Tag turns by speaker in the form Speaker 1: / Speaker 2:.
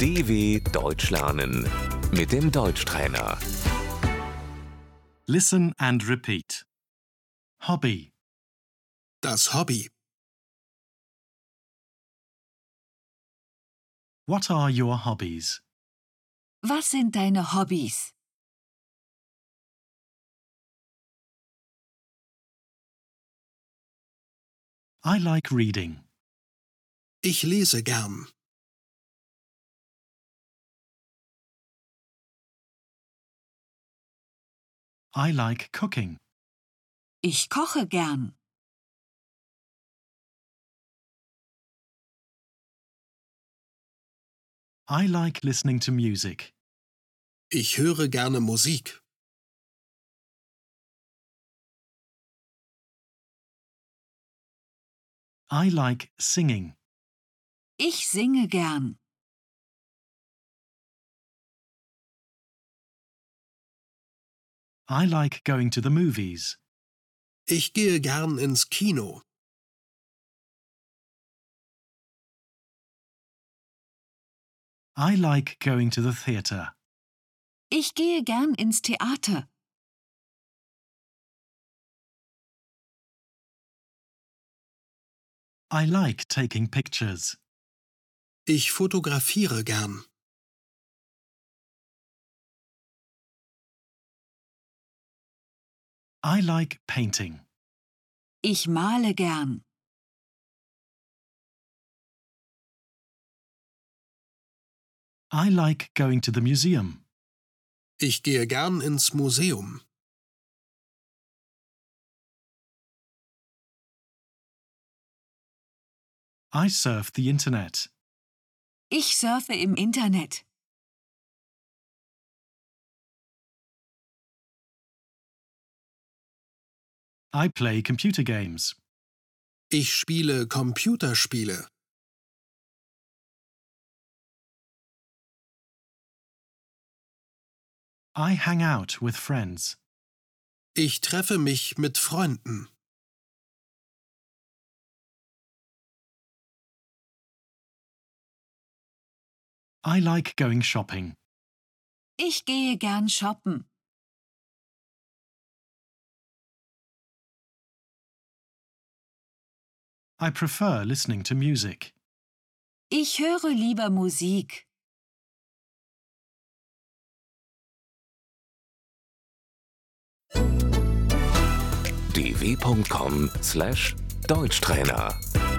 Speaker 1: DW Deutsch lernen mit dem Deutschtrainer.
Speaker 2: Listen and repeat. Hobby.
Speaker 3: Das Hobby.
Speaker 2: What are your hobbies?
Speaker 4: Was sind deine Hobbys?
Speaker 2: I like reading.
Speaker 3: Ich lese gern.
Speaker 2: I like cooking.
Speaker 4: Ich koche gern.
Speaker 2: I like listening to music.
Speaker 3: Ich höre gerne Musik.
Speaker 2: I like singing.
Speaker 4: Ich singe gern.
Speaker 2: I like going to the movies.
Speaker 3: Ich gehe gern ins Kino.
Speaker 2: I like going to the theatre.
Speaker 4: Ich gehe gern ins Theater.
Speaker 2: I like taking pictures.
Speaker 3: Ich fotografiere gern.
Speaker 2: I like painting.
Speaker 4: Ich male gern.
Speaker 2: I like going to the museum.
Speaker 3: Ich gehe gern ins Museum.
Speaker 2: I surf the internet.
Speaker 4: Ich surfe im Internet.
Speaker 2: I play computer games.
Speaker 3: Ich spiele Computerspiele.
Speaker 2: I hang out with friends.
Speaker 3: Ich treffe mich mit Freunden.
Speaker 2: I like going shopping.
Speaker 4: Ich gehe gern shoppen.
Speaker 2: I prefer listening to music.
Speaker 4: Ich höre lieber Musik.
Speaker 1: dw.com/deutschtrainer